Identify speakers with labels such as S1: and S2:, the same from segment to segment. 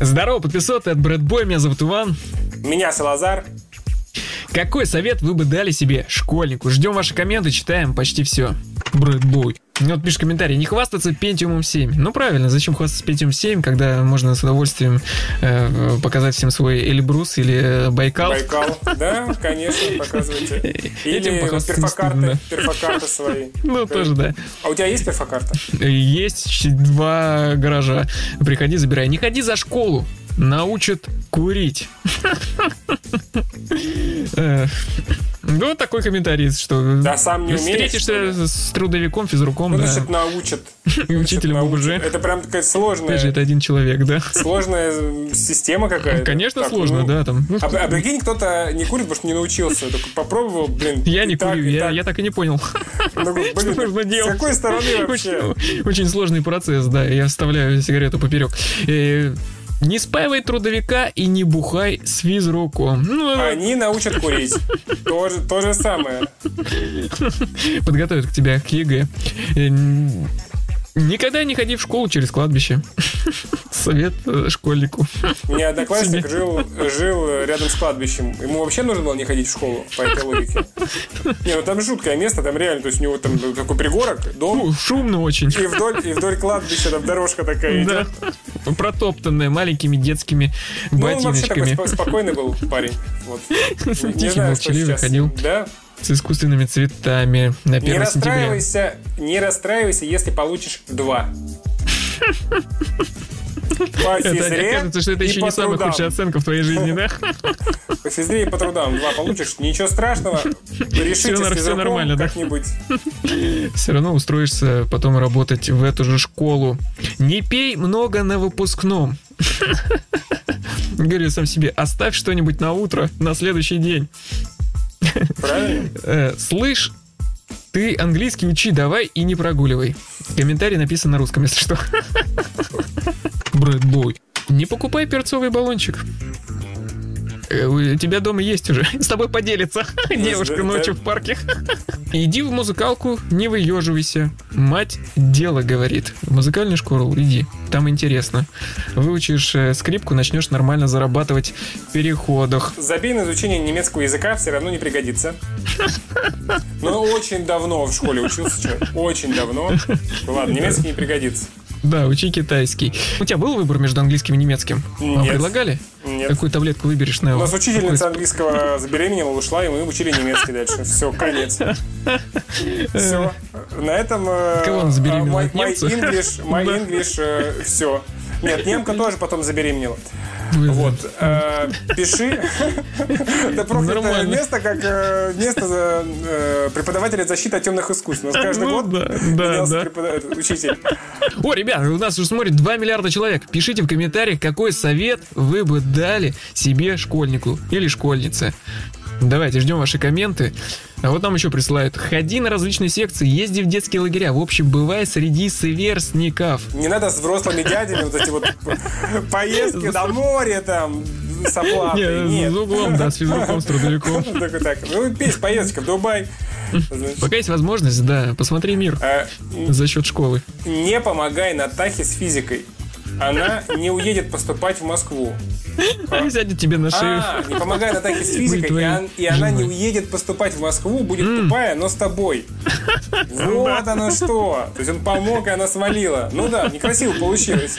S1: Здорово, подписоты, от Брэдбой, меня зовут Иван.
S2: Меня Салазар.
S1: Какой совет вы бы дали себе, школьнику? Ждем ваши комменты, читаем почти все. Брэдбой. Вот пишет комментарий, не хвастаться Pentium 7. Ну правильно, зачем хвастаться Pentium 7, когда можно с удовольствием э, показать всем свой Эльбрус или э, Байкал?
S2: Байкал. Да, конечно, показывайте. Или
S1: Этим похвастаться не
S2: перфокарты,
S1: стыдно.
S2: перфокарты свои.
S1: Ну тоже да.
S2: А у тебя есть перфокарта?
S1: Есть щ- два гаража. Приходи, забирай. Не ходи за школу. Научат курить. Э, Ну, вот такой комментарий, что
S2: Да, сам не умеешь, что ли?
S1: встретишься с трудовиком, физруком,
S2: Ну,
S1: да,
S2: значит, научат.
S1: и учителем
S2: Научат.
S1: ОБЖ.
S2: Это прям такая
S1: Опять же,
S2: сложная,
S1: это один человек, да.
S2: сложная м, система какая-то.
S1: Конечно,
S2: Так,
S1: сложно,
S2: ну,
S1: да, там. ну,
S2: А, а прикинь, кто-то не курит, потому что не научился. Только попробовал, блин.
S1: Я
S2: и
S1: не
S2: так,
S1: курю,
S2: и
S1: я
S2: так.
S1: я так и не понял.
S2: Ну, блин,
S1: нужно делать?
S2: С какой стороны вообще?
S1: Очень, очень сложный процесс, да. Я вставляю сигарету поперек. Э, не спаивай трудовика и не бухай с физруком. Ну,
S2: Они научат курить. То же- то же самое.
S1: подготовят к тебя к ЕГЭ. Э, н- Никогда не ходи в школу через кладбище. Совет э, школьнику.
S2: У меня одноклассник жил, жил рядом с кладбищем. Ему вообще нужно было не ходить в школу, по этой логике. Не, ну там жуткое место, там реально, то есть у него там такой пригорок, дом,
S1: Фу, шумно очень.
S2: и вдоль, и вдоль кладбища там дорожка такая
S1: Да. Ну,
S2: идет.
S1: Протоптанная маленькими детскими
S2: Ну, он вообще такой
S1: ботиночками.
S2: спо- спокойный был парень. Вот. Не- не
S1: Тихий,
S2: знаю, что
S1: молчаливый
S2: сейчас.
S1: ходил
S2: Да.
S1: с искусственными цветами на 1
S2: Не
S1: сентября.
S2: расстраивайся, не расстраивайся, если получишь два. По
S1: Это
S2: физре
S1: окажется, что это
S2: и
S1: еще не
S2: по
S1: самая
S2: трудам.
S1: худшая оценка в твоей жизни, да?
S2: По физре и по трудам два получишь, ничего страшного. Решите
S1: нар-
S2: с
S1: всё
S2: физруком
S1: нормально, да?
S2: как-нибудь.
S1: Все равно устроишься потом работать в эту же школу. Не пей много на выпускном. Говорю сам себе, оставь что-нибудь на утро, на следующий день.
S2: Правильно?
S1: Э, слышь, ты английский учи, давай и не прогуливай. Комментарий написан на русском, если что. Брэдбой. Не покупай перцовый баллончик. Э, У тебя дома есть уже. С тобой поделится девушка
S2: да,
S1: ночью в парке. Иди в музыкалку, не выеживайся. Мать дело говорит. В музыкальную школу иди, там интересно. Выучишь э, скрипку, начнешь нормально зарабатывать в переходах.
S2: Забей на изучение немецкого языка, все равно не пригодится. Но очень давно в школе учился человек. Очень давно. Ладно, немецкий не пригодится.
S1: Да, учи китайский. У тебя был выбор между английским и немецким? Вам
S2: Нет.
S1: предлагали?
S2: Нет.
S1: Какую таблетку выберешь на
S2: У нас учительница
S1: какой-
S2: английского забеременела, ушла, и мы учили немецкий дальше. Все, конец. Все. На этом... э,
S1: Кого она забеременела?
S2: а, My,
S1: От
S2: my
S1: немца?
S2: English, my
S1: Да.
S2: English, все. Нет, немка тоже потом забеременела.
S1: Вы-
S2: Вот. э, Пиши. Это проклятое
S1: Нормально.
S2: место, как э, место э, преподавателя защиты от темных искусств. У нас каждый
S1: Ну
S2: год
S1: да, да,
S2: менялся
S1: да.
S2: препода- этот, учитель.
S1: О, ребят, у нас уже смотрит 2 миллиарда человек. Пишите в комментариях, какой совет вы бы дали себе школьнику или школьнице. Давайте, ждем ваши комменты. А вот нам еще присылают. Ходи на различные секции, езди в детские лагеря. В общем, бывай среди сверстников.
S2: Не надо с взрослыми дядями вот эти вот поездки на море там с оплатой.
S1: Не,
S2: А,
S1: ну,
S2: Нет.
S1: за углом, да, с физруком, с трудовиком.
S2: Только так. Ну, печь, поездочка в Дубай. Значит,
S1: Пока есть возможность, да, посмотри мир
S2: э,
S1: за счет школы.
S2: Не помогай Натахе с физикой. Она не уедет поступать в Москву.
S1: Они сядет тебе на шею.
S2: А, не помогай Натахе с физикой, и,
S1: твоей
S2: он- и она не
S1: женой.
S2: уедет поступать в Москву, будет тупая, но с тобой. Вот оно что. То есть он помог, и она свалила. Ну да, некрасиво получилось.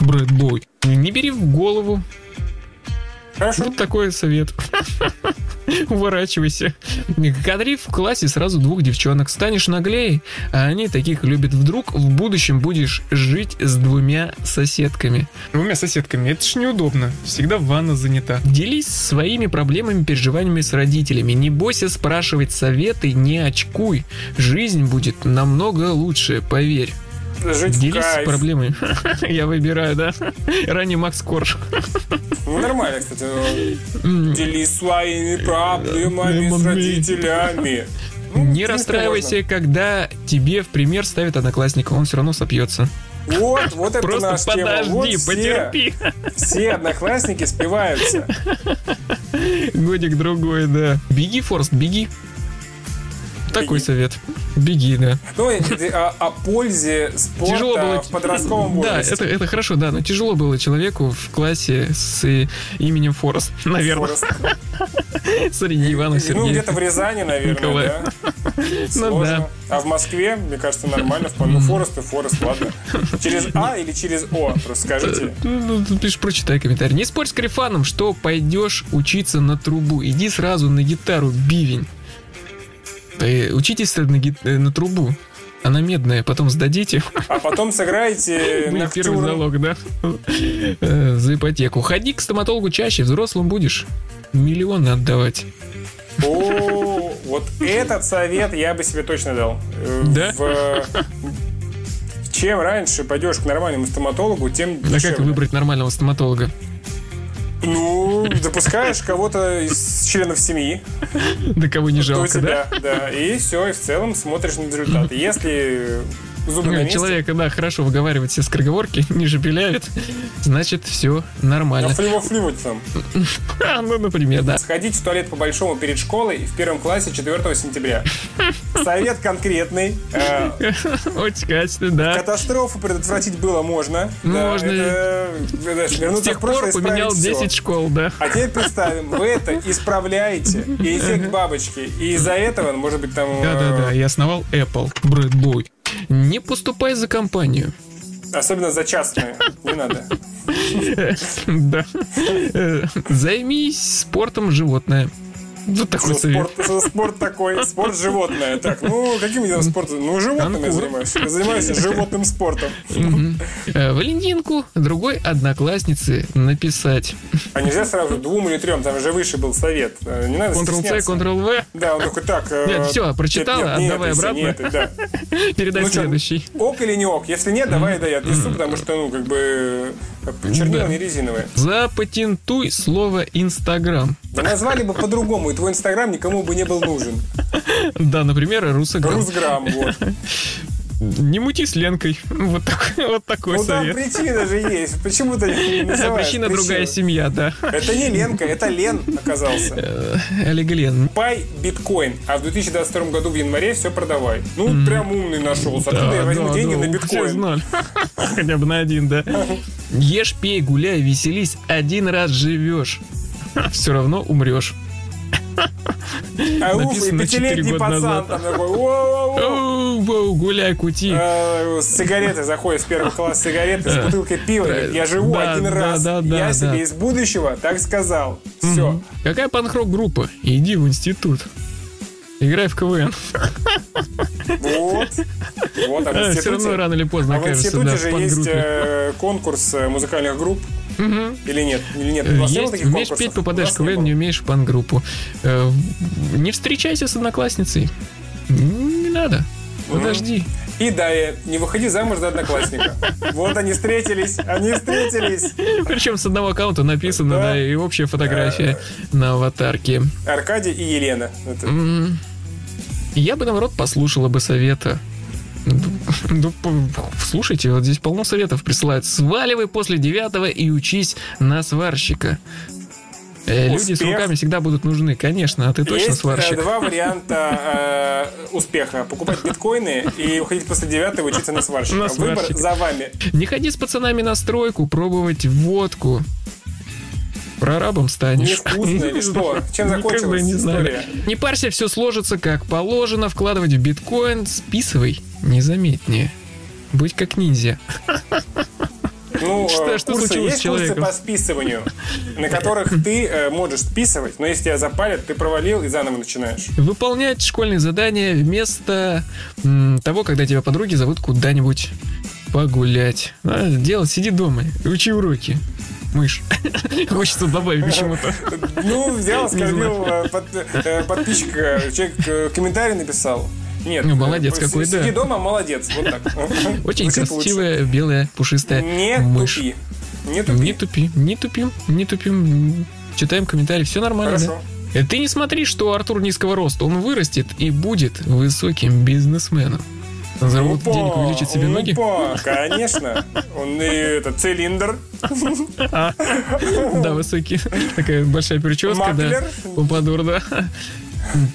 S1: Брэдбой. Не бери в голову.
S2: Хорошо.
S1: Вот такой совет. Уворачивайся. Кадри в классе сразу двух девчонок. Станешь наглее, а они таких любят. Вдруг в будущем будешь жить с двумя соседками. Двумя соседками? Это ж неудобно. Всегда ванна занята. Делись своими проблемами, переживаниями с родителями. Не бойся спрашивать советы, не очкуй. Жизнь будет намного лучше, поверь.
S2: Жить в
S1: Делись
S2: кайф.
S1: проблемой. Я выбираю, да. Ранний Макс Корж.
S2: Ну, нормально, кстати.
S1: М,
S2: Делись своими проблемами с
S1: Мамами.
S2: родителями. Ну, в
S1: Не
S2: принципе,
S1: расстраивайся, когда тебе в пример ставит одноклассник, он все равно сопьется.
S2: можно. Вот, вот это
S1: Просто
S2: наша тема. Вот
S1: подожди,
S2: все-
S1: потерпи.
S2: Все одноклассники спиваются.
S1: Годик другой, да. Беги, Форст, беги. Такой совет. Беги, да.
S2: Ну, о, о пользе спорта
S1: Тяжело было-
S2: в подростковом возрасте.
S1: Да, это, это хорошо, да, но тяжело было человеку в классе с э, именем Форест, наверное,
S2: Форест.
S1: среди Ивана
S2: Ну,
S1: Сергеевича.
S2: где-то в Рязани, наверное,
S1: Николая.
S2: да?
S1: Ну
S2: Сложно. А в Москве, мне кажется, нормально. вполне. Ну, Форест и Форест, ладно. Через А или через О, просто скажите.
S1: Ну, ну, ты лишь прочитай комментарий. Не спорь с Крифаном, что пойдешь учиться на трубу. Иди сразу на гитару, бивень. Да и учитесь на, гит- э, на трубу. Она медная, потом сдадите.
S2: А потом сыграете
S1: Будет первый
S2: Ноктюрн.
S1: залог, да? Э, За ипотеку. Ходи к стоматологу чаще, взрослым будешь. Миллионы отдавать.
S2: О, вот этот совет я бы себе точно дал. Э,
S1: Да?
S2: в- Чем раньше пойдешь к нормальному стоматологу, тем
S1: А как
S2: дешевле.
S1: выбрать нормального стоматолога?
S2: Ну, запускаешь кого-то из членов семьи,
S1: Да кого не
S2: кто у
S1: жалко, да?
S2: тебя, да, и все, и в целом смотришь на результат. Если зубы на
S1: Ну,
S2: месте,
S1: Человек, да, хорошо выговаривает все скороговорки, не жепеляет, значит, все
S2: а
S1: нормально.
S2: флюво флювать там.
S1: А, ну, например, да.
S2: Сходить в туалет по-большому перед школой в первом классе 4 сентября. Совет конкретный. Э,
S1: Очень качественно, да.
S2: Катастрофу предотвратить было можно. Да,
S1: Можно.
S2: это, э, знаешь,
S1: С
S2: вернуться
S1: тех
S2: в прошлое
S1: пор
S2: и
S1: поменял
S2: исправить всё.
S1: 10 школ, да.
S2: А теперь представим, вы это исправляете. И эффект бабочки. И из-за этого, ну, может быть, там... э,
S1: Да-да-да, я основал Apple, брэдбой. Не поступай за компанию.
S2: Особенно за частные. Не надо.
S1: Да. Э, Займись спортом животное. Вот такой
S2: Ну,
S1: совет.
S2: Спорт, спорт такой, спорт животное. Так, ну, каким я спортом? Ну, животным я
S1: Конкур.
S2: занимаюсь. Я занимаюсь животным спортом.
S1: Мгм. Э, Валентинку другой однокласснице написать.
S2: А нельзя сразу двум или трем, там же выше был совет. Э, Не надо
S1: Ctrl-C,
S2: стесняться.
S1: Ctrl-V.
S2: Да, он такой, так... э,
S1: Нет, всё, прочитала,
S2: нет, нет, нет,
S1: отдавай
S2: если
S1: обратно.
S2: нет, да.
S1: Передай
S2: Ну чё,
S1: следующий.
S2: Ок или не ок? Если нет, давай, да, я отнесу, потому что, ну, как бы, э, чернила
S1: Да.
S2: не резиновые.
S1: Запатентуй слово Инстаграм.
S2: Да назвали бы по-другому, и твой инстаграм никому бы не был нужен.
S1: Да, например, Русаграм.
S2: Грузграмм, вот.
S1: Не мути с Ленкой. Вот такой, вот такой
S2: Ну, там
S1: совет.
S2: причина же есть. Почему ты не
S1: Да,
S2: называешь
S1: Причина
S2: причину?
S1: другая семья, да.
S2: Это не Ленка, это Лен оказался.
S1: Э, Олег Лен.
S2: Пай биткоин, а в 2022 году в январе все продавай. Ну, прям умный нашелся. Откуда я возьму деньги на
S1: Все
S2: биткоин?
S1: ноль. Хотя бы на один, да. Ешь, пей, гуляй, веселись. Один раз живешь. Все равно умрешь.
S2: А уф, и
S1: Написано четыре
S2: пятилетний
S1: года
S2: пацан
S1: назад.
S2: там такой, «Воу-воу-воу».
S1: Оу, воу, гуляй, кути.
S2: Э, С сигареты заходит в первый класс с сигареты, с бутылкой пива. Говорит, Я живу
S1: Да,
S2: один
S1: да,
S2: раз.
S1: да, да,
S2: Я
S1: да.
S2: себе из будущего так сказал. Все.
S1: Какая панк-рок группа? Иди в институт. Играй в КВН.
S2: Вот. Вот,
S1: Все
S2: а в
S1: равно
S2: институте-
S1: рано или поздно
S2: А в
S1: окажешься, да,
S2: институте
S1: в
S2: же есть
S1: панк-группе.
S2: э, конкурс э, музыкальных групп.
S1: Мгм.
S2: Или нет? Или нет? У
S1: Э,
S2: вас не было
S1: Есть,
S2: таких
S1: умеешь
S2: конкурсов?
S1: петь, попадаешь
S2: У
S1: в
S2: вас не
S1: КВН, не умеешь в пангруппу. Э, в- Не встречайся с одноклассницей. М, Не надо.
S2: Ну,
S1: Подожди.
S2: было. И да, э, не выходи замуж за одноклассника. Вот они встретились, они встретились.
S1: Причем с одного аккаунта написано,
S2: Да.
S1: да, и общая фотография на аватарке.
S2: Аркадий и Елена. Это-
S1: М, Я бы, наоборот, послушала бы совета. Ну, п- слушайте, вот здесь полно советов присылают. Сваливай после девятого и учись на сварщика. Э, Люди с
S2: Успех.
S1: руками всегда будут нужны, конечно, а ты точно
S2: Есть э,
S1: сварщик.
S2: два варианта э, успеха. Покупать биткоины и уходить после девятого и учиться на сварщика.
S1: На
S2: Выбор
S1: сварщика.
S2: за вами.
S1: Не ходи с пацанами на стройку, пробовать водку. Прорабом станешь.
S2: Невкусно или что? Чем закончилась
S1: Никогда не знаю.
S2: история?
S1: Не парься, все сложится как положено. Вкладывать в биткоин, списывай незаметнее. Будь как ниндзя.
S2: Ну, э,
S1: Что- что
S2: курсы,
S1: случилось
S2: есть
S1: с человеком?
S2: курсы по списыванию, на которых ты э, можешь списывать, но если тебя запалят, ты провалил и заново начинаешь.
S1: Выполнять школьные задания вместо м, того, когда тебя подруги зовут куда-нибудь погулять. Надо делать, сиди дома, учи уроки. Мышь. Хочется добавить почему-то.
S2: Ну, взял, оскорбил
S1: Не
S2: э, под- э, подписчика, человек э, комментарий написал. Нет.
S1: Ну, молодец
S2: э,
S1: какой,
S2: Сиди
S1: да.
S2: дома, молодец. Вот так.
S1: Очень
S2: Звучит лучше.
S1: красивая белая пушистая
S2: Не
S1: мышь.
S2: тупи. Не
S1: Не
S2: тупи.
S1: тупи, не тупим, не тупим. Читаем комментарии, все нормально,
S2: Хорошо.
S1: да? Э, Ты не смотри, что Артур низкого роста. Он вырастет и будет высоким бизнесменом. Он заработает денег,
S2: Опа,
S1: увеличит себе ноги.
S2: опа, конечно. Он и это цилиндр,
S1: Да, высокий. Такая большая прическа, да.
S2: маклер.
S1: Помпадур, да.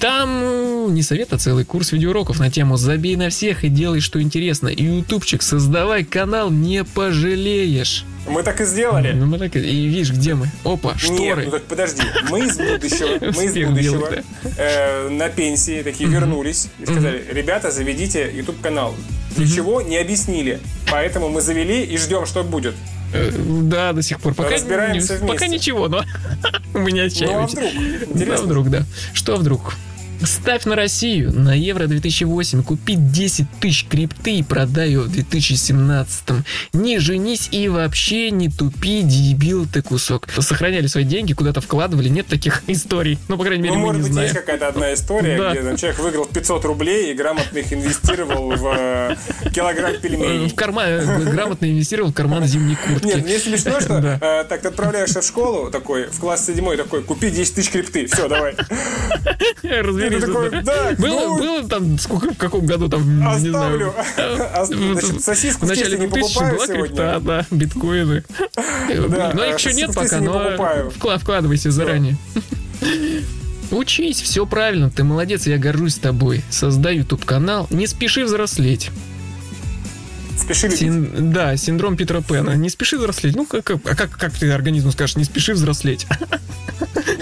S1: Там э, не совет, а целый курс видеоуроков на тему «Забей на всех и делай, что интересно». И ютубчик, создавай канал, не пожалеешь.
S2: Мы так и сделали.
S1: Ну, мы так и- и видишь, где мы. Опа,
S2: Нет, ну
S1: шторы.
S2: так подожди, мы из будущего, мы из
S1: Успел
S2: будущего
S1: делать,
S2: э, на пенсии такие вернулись и сказали, ребята, заведите YouTube канал. Для чего не объяснили, поэтому мы завели и ждем, что будет.
S1: Э, Да, до сих пор. Пока,
S2: Разбираемся
S1: не-
S2: вместе.
S1: пока ничего, но мы не
S2: Ну а
S1: отчаиваемся.
S2: вдруг?
S1: Да,
S2: Интересно.
S1: вдруг, да. Что вдруг? Ставь на Россию на Евро 2008, купи 10 тысяч крипты и продай ее в 2017. Не женись и вообще не тупи, дебил ты кусок. Сохраняли свои деньги, куда-то вкладывали, нет таких историй. Ну, по крайней мере,
S2: Ну,
S1: мы
S2: может
S1: не
S2: быть, есть
S1: знаем.
S2: какая-то одна история,
S1: Да.
S2: где там, человек выиграл 500 рублей и грамотно их инвестировал в э, килограмм
S1: Э,
S2: пельменей.
S1: В карман, э, грамотно инвестировал в карман зимней куртки.
S2: Нет, мне смешно, что
S1: Типа. Да.
S2: э, так ты отправляешься в школу такой, в класс седьмой такой, купи 10 тысяч крипты, все, давай. И ты
S1: Разберись.
S2: такой,
S1: да.
S2: да,
S1: Было,
S2: ну,
S1: было там, сколько, в каком году там, не
S2: оставлю.
S1: знаю.
S2: Ост- Значит,
S1: В-
S2: сосиску
S1: в
S2: в
S1: начале
S2: тесте не
S1: 2000
S2: покупаю
S1: была крипта,
S2: сегодня.
S1: да, биткоины.
S2: Да,
S1: Но
S2: а
S1: Ну, их еще нет
S2: сосиски
S1: пока,
S2: не
S1: но
S2: покупаю.
S1: вкла- вкладывайся заранее. Учись, все правильно, ты молодец, я горжусь тобой. Создай YouTube канал, не спеши взрослеть.
S2: Спеши любить.
S1: Син- да, синдром Питера Пэна.
S2: Хм.
S1: Не спеши взрослеть. Ну как, как- а как, как ты организму скажешь, не спеши взрослеть?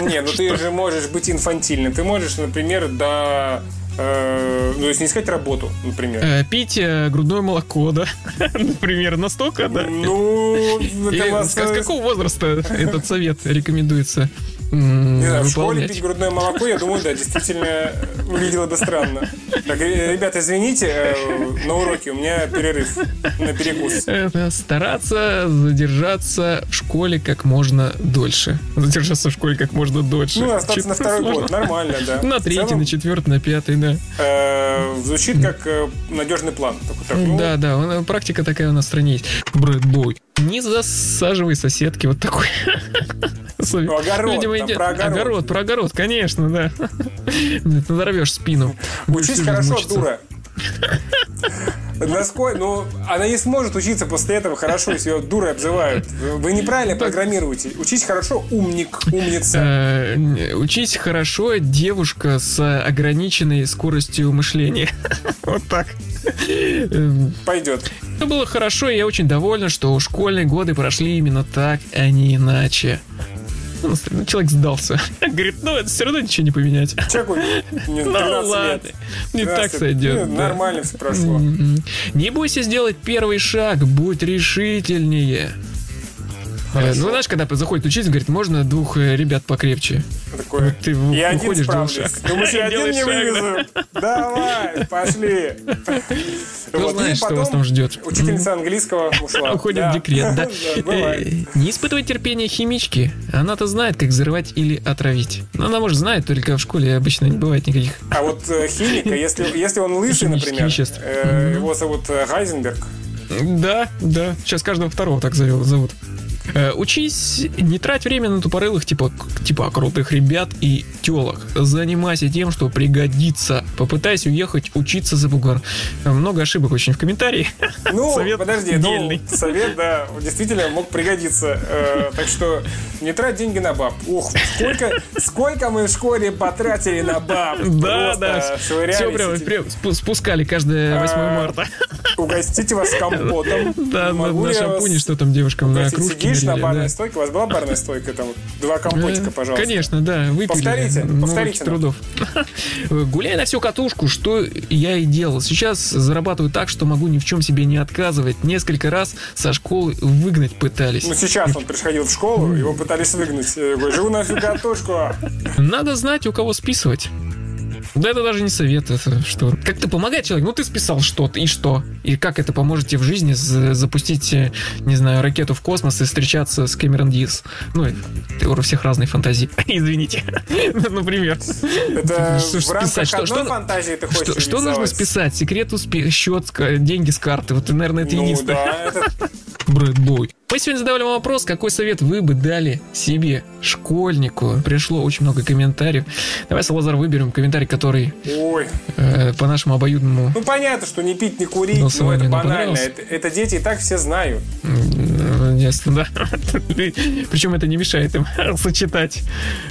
S2: Не, ну ты же можешь быть инфантильным. Ты можешь, например, до... э, ну, если не искать работу, например.
S1: Э, Пить э, грудное молоко, да, например, настолько, да.
S2: Ну,
S1: Или
S2: это
S1: с,
S2: вас...
S1: с какого возраста этот совет рекомендуется м,
S2: Не знаю, в школе
S1: выполнять?
S2: пить грудное молоко, я думаю, да, действительно выглядело бы странно. Так, э, ребята, извините, э, на уроке у меня перерыв на перекус. Ну,
S1: Это стараться задержаться в школе как можно дольше. Задержаться в школе как можно дольше.
S2: Ну, остаться
S1: Чё-то
S2: на второй
S1: сложно.
S2: год, нормально, да.
S1: На
S2: В
S1: третий,
S2: целом,
S1: на четвертый, на пятый, да.
S2: э, Звучит как э, надежный план. Такой, так, ну,
S1: да, да, он- практика такая у нас в стране есть. Брэдбой. Не засаживай соседки, вот такой. совет.
S2: Ну, огород,
S1: Видимо,
S2: там
S1: идет-
S2: про огород.
S1: огород, про огород, конечно, да. Ты надорвешь спину. Будешь
S2: Учись
S1: всю жизнь
S2: хорошо,
S1: мучиться.
S2: дура. Насколько, ну, она не сможет учиться после этого хорошо, если ее дурой обзывают. Вы неправильно программируете. Учись хорошо, умник, умница.
S1: Э, н- Учись хорошо, девушка с ограниченной скоростью мышления. Вот так. Эм,
S2: Пойдет.
S1: Это было хорошо, и я очень довольна, что школьные годы прошли именно так, а не иначе. Ну, на самом деле, Человек сдался. Говорит, ну это все равно ничего не поменять.
S2: Человеку не
S1: Ну
S2: 13
S1: ладно,
S2: лет.
S1: не так
S2: 13.
S1: сойдет.
S2: Ну,
S1: да.
S2: Нормально все прошло.
S1: М-м. Не бойся сделать первый шаг, будь решительнее. Э, Ну, знаешь, когда заходит учитель, говорит, можно двух э, ребят покрепче.
S2: Такое.
S1: Ты
S2: Я один
S1: выходишь, делаешь
S2: справлюсь.
S1: шаг.
S2: Думаешь, я один
S1: Делаешь
S2: не
S1: шаг,
S2: вывезу? Давай, пошли.
S1: Ну,
S2: Вот, и
S1: знаешь, что
S2: потом
S1: вас там ждет.
S2: Учительница английского ушла.
S1: Уходит
S2: Да.
S1: в декрет, да?
S2: бывает.
S1: Э, Не испытывай терпения химички. Она-то знает, как взорвать или отравить. Но она, может, знает, только в школе обычно не бывает никаких.
S2: А вот э, химика, если, если он лысый,
S1: Химические
S2: например,
S1: вещества.
S2: э, его зовут э, Хайзенберг.
S1: Да, да. Сейчас каждого второго так зовет- зовут. Э, Учись, не трать время на тупорылых типа, к- типа крутых ребят и телок. Занимайся тем, что пригодится. Попытайся уехать учиться за бугор. Э, Много ошибок очень в комментарии.
S2: Ну,
S1: Совет
S2: подожди, ну,
S1: дельный.
S2: совет, да, действительно мог пригодиться. Э, так что не трать деньги на баб. Ух, сколько, сколько мы в школе потратили на баб.
S1: Да, да.
S2: Просто швырялись
S1: Все прям,
S2: этим.
S1: прям спу- спускали каждое 8
S2: А,
S1: марта.
S2: Угостите вас компотом.
S1: Да, на,
S2: Могу
S1: на
S2: я
S1: шампуне,
S2: вас
S1: что там девушкам на
S2: угостить?
S1: кружке
S2: Сидишь на
S1: налили,
S2: барной
S1: да.
S2: стойке, у вас была барная стойка, там два компотика,
S1: Э,
S2: пожалуйста.
S1: Конечно, да, выпили.
S2: Повторите,
S1: Ну,
S2: повторите нам.
S1: трудов. Гуляй на всю катушку, что я и делал. Сейчас зарабатываю так, что могу ни в чем себе не отказывать. Несколько раз со школы выгнать пытались.
S2: Ну, сейчас он приходил в школу, его пытались выгнать. Я говорю, живу на всю катушку.
S1: Надо знать, у кого списывать. Да это даже не совет, это что. Как ты помогает человеку? Ну ты списал что-то, и что? И как это поможет тебе в жизни за- запустить, э, не знаю, ракету в космос и встречаться с Кэмерон Диз? Ну, и у всех разные фантазии. Извините. Ну, Например.
S2: Это
S1: Что ж
S2: в рамках
S1: списать? Что-
S2: одной
S1: что-
S2: фантазии ты хочешь
S1: Что, что
S2: реализовать?
S1: нужно списать? Секрет успеха, счет, ска- деньги с карты. Вот, наверное, это
S2: Ну
S1: единственное.
S2: да, это
S1: Брэдбой. Мы сегодня задавали вам вопрос, какой совет вы бы дали себе, школьнику. Пришло очень много комментариев. Давай, Салазар, выберем комментарий, который
S2: Ой,
S1: э, по нашему обоюдному...
S2: ну понятно, что не пить, не курить,
S1: Ну,
S2: ну,
S1: Соломин,
S2: это
S1: ну,
S2: банально.
S1: понравилось?
S2: Это, это дети и так все знают.
S1: м, э, Наконец-то, да. Причем это не мешает им сочетать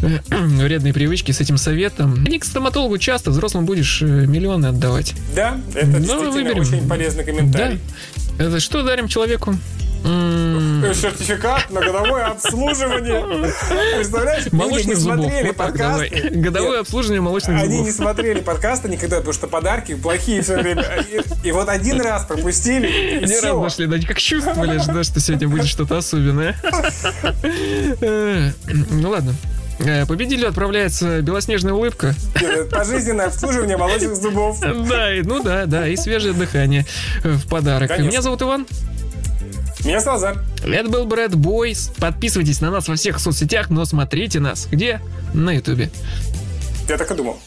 S1: э, вредные привычки с этим советом. Иди к стоматологу часто, взрослым будешь э, миллионы отдавать.
S2: Да, это
S1: Ну,
S2: Но действительно выберем. очень полезный комментарий.
S1: Да. Это что дарим человеку?
S2: Сертификат на годовое обслуживание. Представляешь,
S1: молочных
S2: люди не
S1: зубов.
S2: смотрели
S1: Вот так
S2: подкасты.
S1: давай. Годовое обслуживание молочных
S2: Они
S1: зубов.
S2: не смотрели подкасты никогда, потому что подарки плохие все время. И, и вот один раз пропустили, и
S1: Не раз
S2: все.
S1: нашли, да, как чувствовали, да, что сегодня будет что-то особенное. Э, Ну ладно. Э, Победителю отправляется белоснежная улыбка.
S2: Пожизненное обслуживание молочных зубов.
S1: Да, и- ну да, да, и свежее дыхание э, в подарок.
S2: Конечно.
S1: Меня зовут Иван.
S2: Меня Слазар.
S1: Это был Брэд Бойс. Подписывайтесь на нас во всех соцсетях, но смотрите нас. Где? На Ютубе.
S2: Я так и думал.